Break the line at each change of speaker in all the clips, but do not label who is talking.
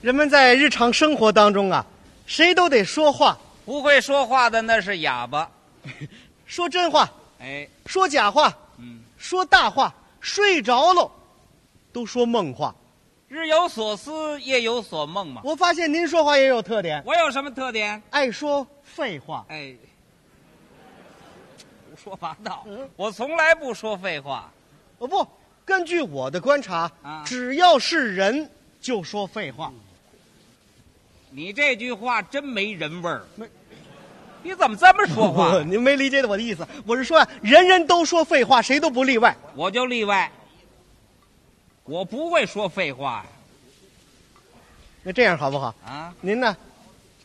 人们在日常生活当中啊，谁都得说话，
不会说话的那是哑巴。
说真话，
哎，
说假话，
嗯，
说大话，睡着喽，都说梦话。
日有所思，夜有所梦嘛。
我发现您说话也有特点，
我有什么特点？
爱说废话。
哎，胡说八道
嗯！
我从来不说废话。
哦不，根据我的观察，
啊
只要是人就说废话。
你这句话真没人味儿。你怎么这么说话？
哦 您没理解我的意思，我是说啊，人人都说废话，谁都不例外。
我就例外。我不会说废话
那这样好不好？
呀！啊，
您呢，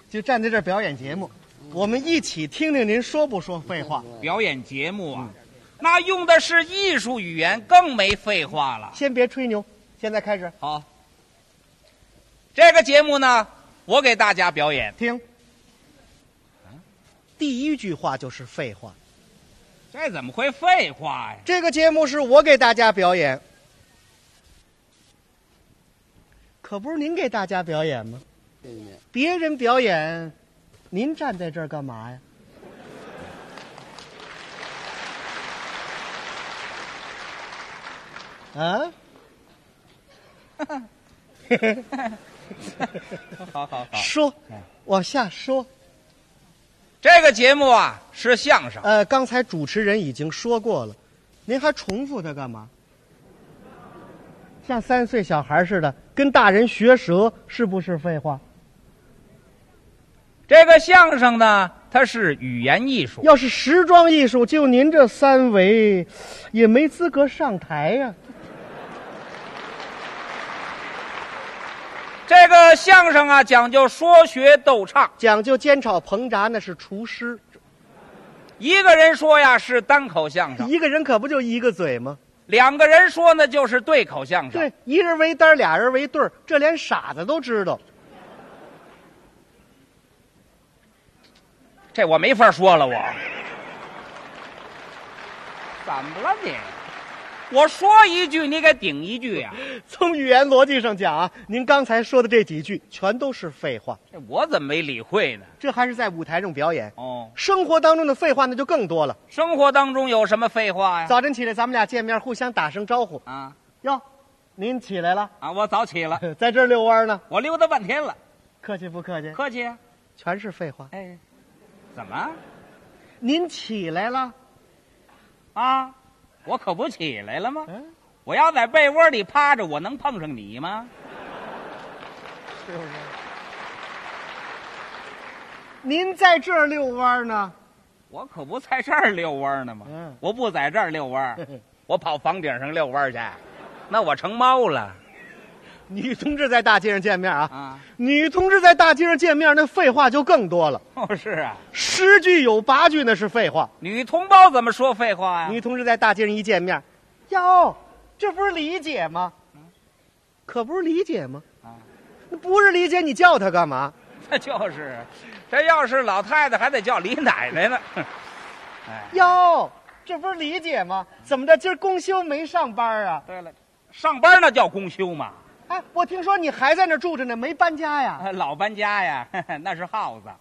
就站在这儿表演节目，我们一起听听您说不说废话。
表演节目啊，那用的是艺术语言，更没废话了。
先别吹牛，现在开始
好，这个节目呢，我给大家表演。
听。第一句话就是废话。
这怎么会废话呀？
这个节目是我给大家表演，可不是您给大家表演吗？别人表演，您站在这儿干嘛呀？啊？
好好好，
说，往下说。
这个节目啊是相声，
呃，刚才主持人已经说过了，您还重复它干嘛？像三岁小孩似的，跟大人学舌，是不是废话？
这个相声呢，它是语言艺术。
要是时装艺术，就您这三围，也没资格上台呀、
这个相声啊讲究说学逗唱，
讲究煎炒烹炸，那是厨师，
一个人说呀是单口相声，
一个人可不就一个嘴吗？啊
两个人说呢就是对口相声。
对，一人为单，俩人为对儿，这连傻子都知道。
这我没法说了，我。怎么了你？我说一句，你给顶一句呀、
从语言逻辑上讲啊，您刚才说的这几句全都是废话，
这我怎么没理会呢？
这还是在舞台上表演。
哦，
生活当中的废话那就更多了。
生活当中有什么废话呀？
早晨起来，咱们俩见面，互相打声招呼。
啊
哟，您起来了，
啊！我早起了，
在这儿遛弯呢？
我溜达半天了，
客气不客气？
客气啊。
全是废话。
哎，怎么
您起来了？
啊？我可不起来了吗？
嗯，
我要在被窝里趴着，我能碰上你吗？
是不是？您在这儿遛弯呢？
我可不在这儿遛弯呢吗？
嗯
我不在这儿遛弯，我跑房顶上遛弯去，那我成猫了
女同志在大街上见面啊，
啊！
女同志在大街上见面，那废话就更多了，
哦，是啊，
十句有八句那是废话。
女同胞怎么说废话呀、
女同志在大街上一见面，哟，这不是李姐吗？可不是李姐吗？
啊
那不是李姐，你叫她干嘛？
那就是，这要是老太太还得叫李奶奶呢。哎，
哟，这不是李姐吗？怎么的？今儿公休没上班啊？
对了， 上班那叫公休嘛，
哎，我听说你还在那儿住着呢，没搬家呀？
啊老搬家呀， 那是耗子啊。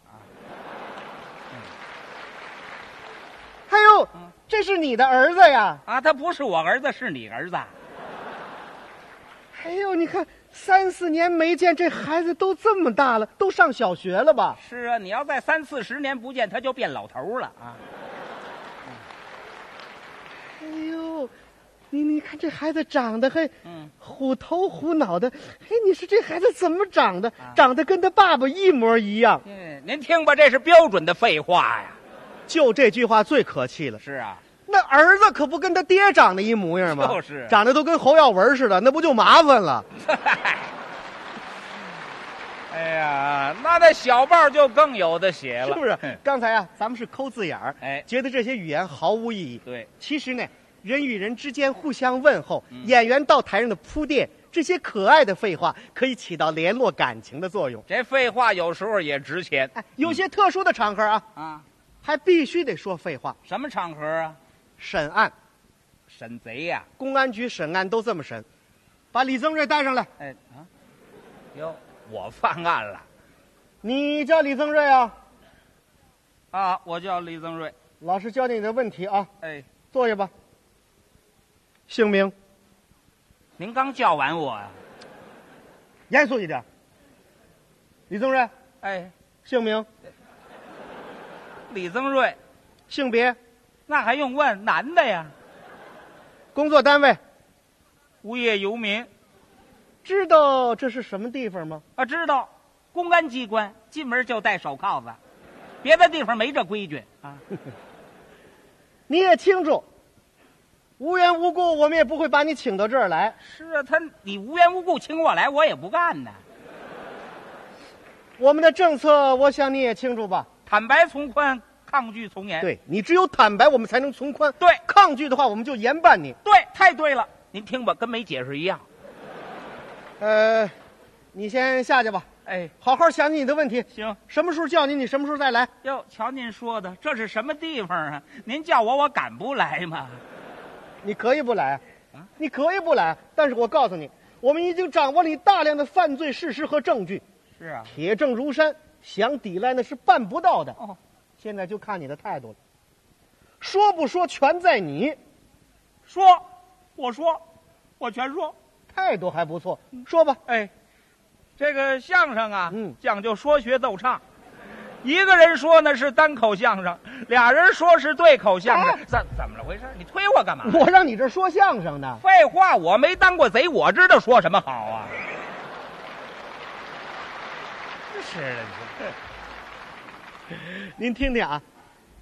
哎呦，这是你的儿子呀！
啊，他不是我儿子，是你儿子。
哎呦，你看三四年没见，这孩子都这么大了，都上小学了吧？
是啊，你要再三四十年不见，他就变老头了啊。
哎呦，你你看这孩子长得还
嗯，
虎头虎脑的，哎，你说这孩子怎么长的？长得跟他爸爸一模一样。
嗯您听吧，这是标准的废话呀。
就这句话最可气了，
是啊，
那儿子可不跟他爹长得一模样吗？
就是
长得都跟侯耀文似的，那不就麻烦了？
哎呀，那那小报就更有的写了，
是不是
哼？
刚才啊，咱们是抠字眼儿，
哎
觉得这些语言毫无意义。
对，
其实呢，人与人之间互相问候，
嗯
演员到台上的铺垫，这些可爱的废话可以起到联络感情的作用。
这废话有时候也值钱
哎，有些特殊的场合啊，
啊。
还必须得说废话。
什么场合啊？
审案，
审贼呀、
公安局审案都这么审，把李增瑞带上来。
哎啊，哟，我犯案了
你叫李增瑞啊？
啊！我叫李增瑞，
老师教你的问题啊，
哎，
坐下吧。姓名，
您刚叫完我啊呀、
严肃一点。李增瑞，
哎，
姓名、
李增瑞，
性别、
那还用问？男的呀，
工作单位，
无业游民
知道这是什么地方吗？
啊，知道，公安机关进门就戴手铐子，别的地方没这规矩啊。
你也清楚，无缘无故我们也不会把你请到这儿来。
是啊，他你无缘无故请我来，我也不干呢。
我们的政策，我想你也清楚吧？
坦白从宽，抗拒从严。
对你只有坦白，我们才能从宽；
对
抗拒的话，我们就严办你。
对，太对了，您听吧，跟没解释一样。
呃，你先下去吧，
哎，
好好想想你的问题。
行，
什么时候叫你，你什么时候再来。
哟，瞧您说的，这是什么地方啊？您叫我，我敢不来吗？
你可以不来
啊，
你可以不来，但是我告诉你，我们已经掌握了你大量的犯罪事实和证据，
是啊，
铁证如山，想抵赖那是办不到的。
哦，
现在就看你的态度了，说不说全在你，
说，我说，我全说。
态度还不错。说吧，
哎，这个相声啊，
嗯
讲究说学逗唱。一个人说呢是单口相声，俩人说是对口相声
哎，
怎、怎么了回事？你推我干嘛？
我让你这说相声呢，
废话，我没当过贼，我知道说什么好啊。是的，
您听听啊，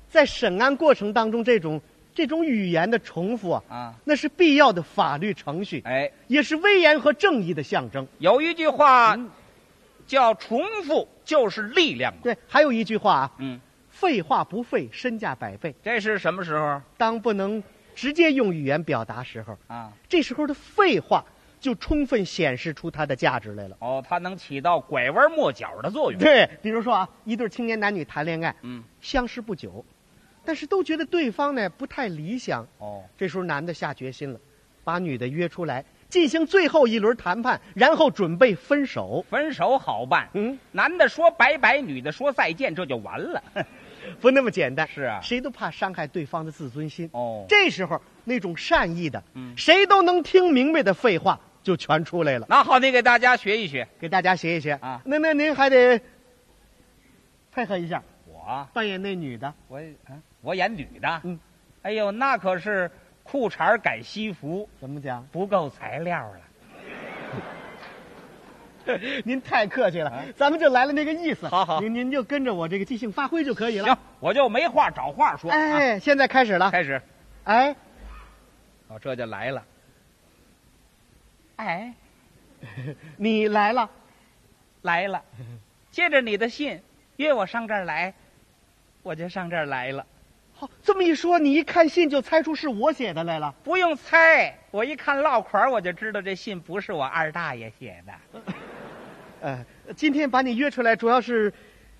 在审案过程当中，这种这种语言的重复啊，
啊，
那是必要的法律程序，
哎，
也是威严和正义的象征。
有一句话
嗯
叫“重复就是力量”嘛。
对，还有一句话啊，
嗯，
废话不费，身价百倍。
这是什么时候
当不能直接用语言表达时候，
啊？
这时候的废话就充分显示出它的价值来了。
哦，它能起到拐弯抹角的作用。
对，比如说啊，一对青年男女谈恋爱，
嗯，
相识不久，但是都觉得对方呢不太理想。
哦，
这时候男的下决心了，把女的约出来进行最后一轮谈判，然后准备分手。
分手好办，
嗯，
男的说拜拜，女的说再见，这就完了。
不那么简单。
是啊
谁都怕伤害对方的自尊心。
哦，
这时候那种善意的，
嗯
谁都能听明白的废话就全出来了。
那好，你给大家学一学。
给大家学一学
啊
那那您还得配合一下，
我
扮演那女的，
我啊，我演女的。
嗯，
哎呦，那可是裤衩改西服，
怎么 讲？
不够材料了。
您太客气了，
啊
咱们就来了那个意思。
好好
您您就跟着我这个即兴发挥就可以了。
行，我就没话找话说。啊，
哎，现在开始了。
开始，
哎，
哦，这就来了。哎，
你来了，
来了，接着你的信，约我上这儿来，我就上这儿来了。
好，这么一说，你一看信就猜出是我写的来了。
不用猜，我一看落款儿，我就知道这信不是我二大爷写的。
呃，今天把你约出来，主要是，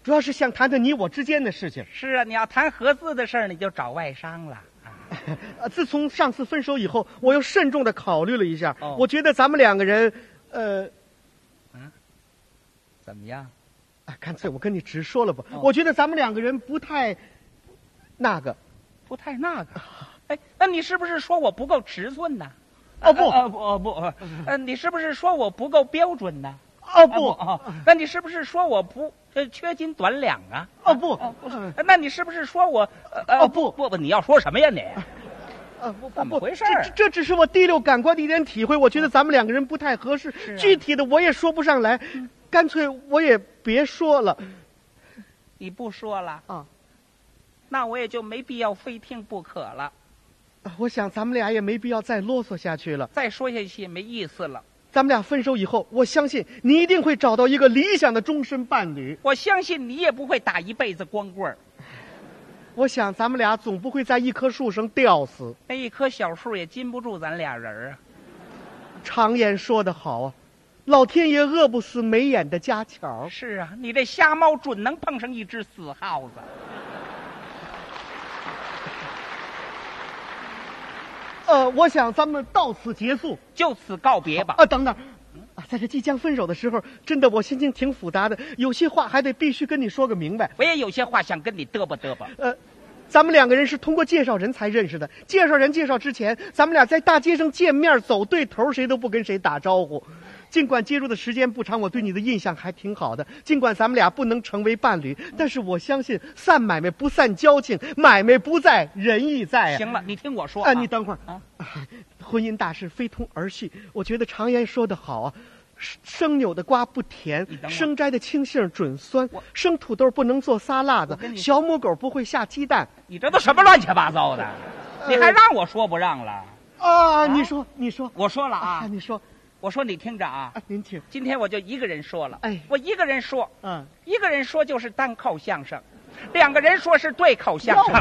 主要是想谈谈你我之间的事情。
是啊，你要谈合字的事儿，你就找外商了。
呃，自从上次分手以后，我又慎重的考虑了一下，
哦
我觉得咱们两个人，呃，
怎么样？
哎，干脆我跟你直说了吧，
哦
我觉得咱们两个人不太那个。
不太那个。 哎，那你是不是说我不够尺寸呢？
哦不，
呃不不，呃，呃你是不是说我不够标准呢？
哦
啊
不，
啊，那你是不是说我不呃缺斤短两啊？
哦不，
啊不
呃
那你是不是说我呃呃
哦不
不不，你要说什么呀你？
呃不，
怎么
不
回事儿哦
这这只是我第六感官的一点体会，我觉得咱们两个人不太合适，
是啊嗯
具体的我也说不上来，干脆我也别说了。
你不说了
啊，
那我也就没必要非听不可了。
呃我想咱们俩也没必要再啰嗦下去了。
再说下去也没意思了。
咱们俩分手以后，我相信你一定会找到一个理想的终身伴侣。
我相信你也不会打一辈子光棍儿。
我想咱们俩总不会在一棵树上吊死。
那一棵小树也禁不住咱俩人儿啊。
常言说得好啊，老天爷饿不死没眼的家巧儿。
是啊，你这瞎猫准能碰上一只死耗子。
呃，我想咱们到此结束呃
就此告别吧。
啊！等等，啊啊，在这即将分手的时候，真的我心情挺复杂的，有些话还得必须跟你说个明白。
我也有些话想跟你嘚吧嘚吧。
呃，咱们两个人是通过介绍人才认识的。介绍人介绍之前，咱们俩在大街上见面，走对头，谁都不跟谁打招呼。尽管接触的时间不长，我对你的印象还挺好的。尽管咱们俩不能成为伴侣，但是我相信散买卖不散交情，买卖不在仁义在啊。
行了，你听我说
啊，你等会儿
啊，
婚姻大事非同儿戏，我觉得常言说得好啊。生生扭的瓜不甜
你，等会儿
生摘的青杏准酸
我，
生土豆不能做沙拉
我
子
跟，你
小母狗不会下鸡蛋。
你这都什么乱七八糟的？你还让我说不让了？
啊，你说，你说
我说了
啊，
啊，
你说
我说你听着啊，
啊，您请，
今天我就一个人说了，
哎
我一个人说，
嗯，
一个人说就是单口相声，两个人说是对口相声。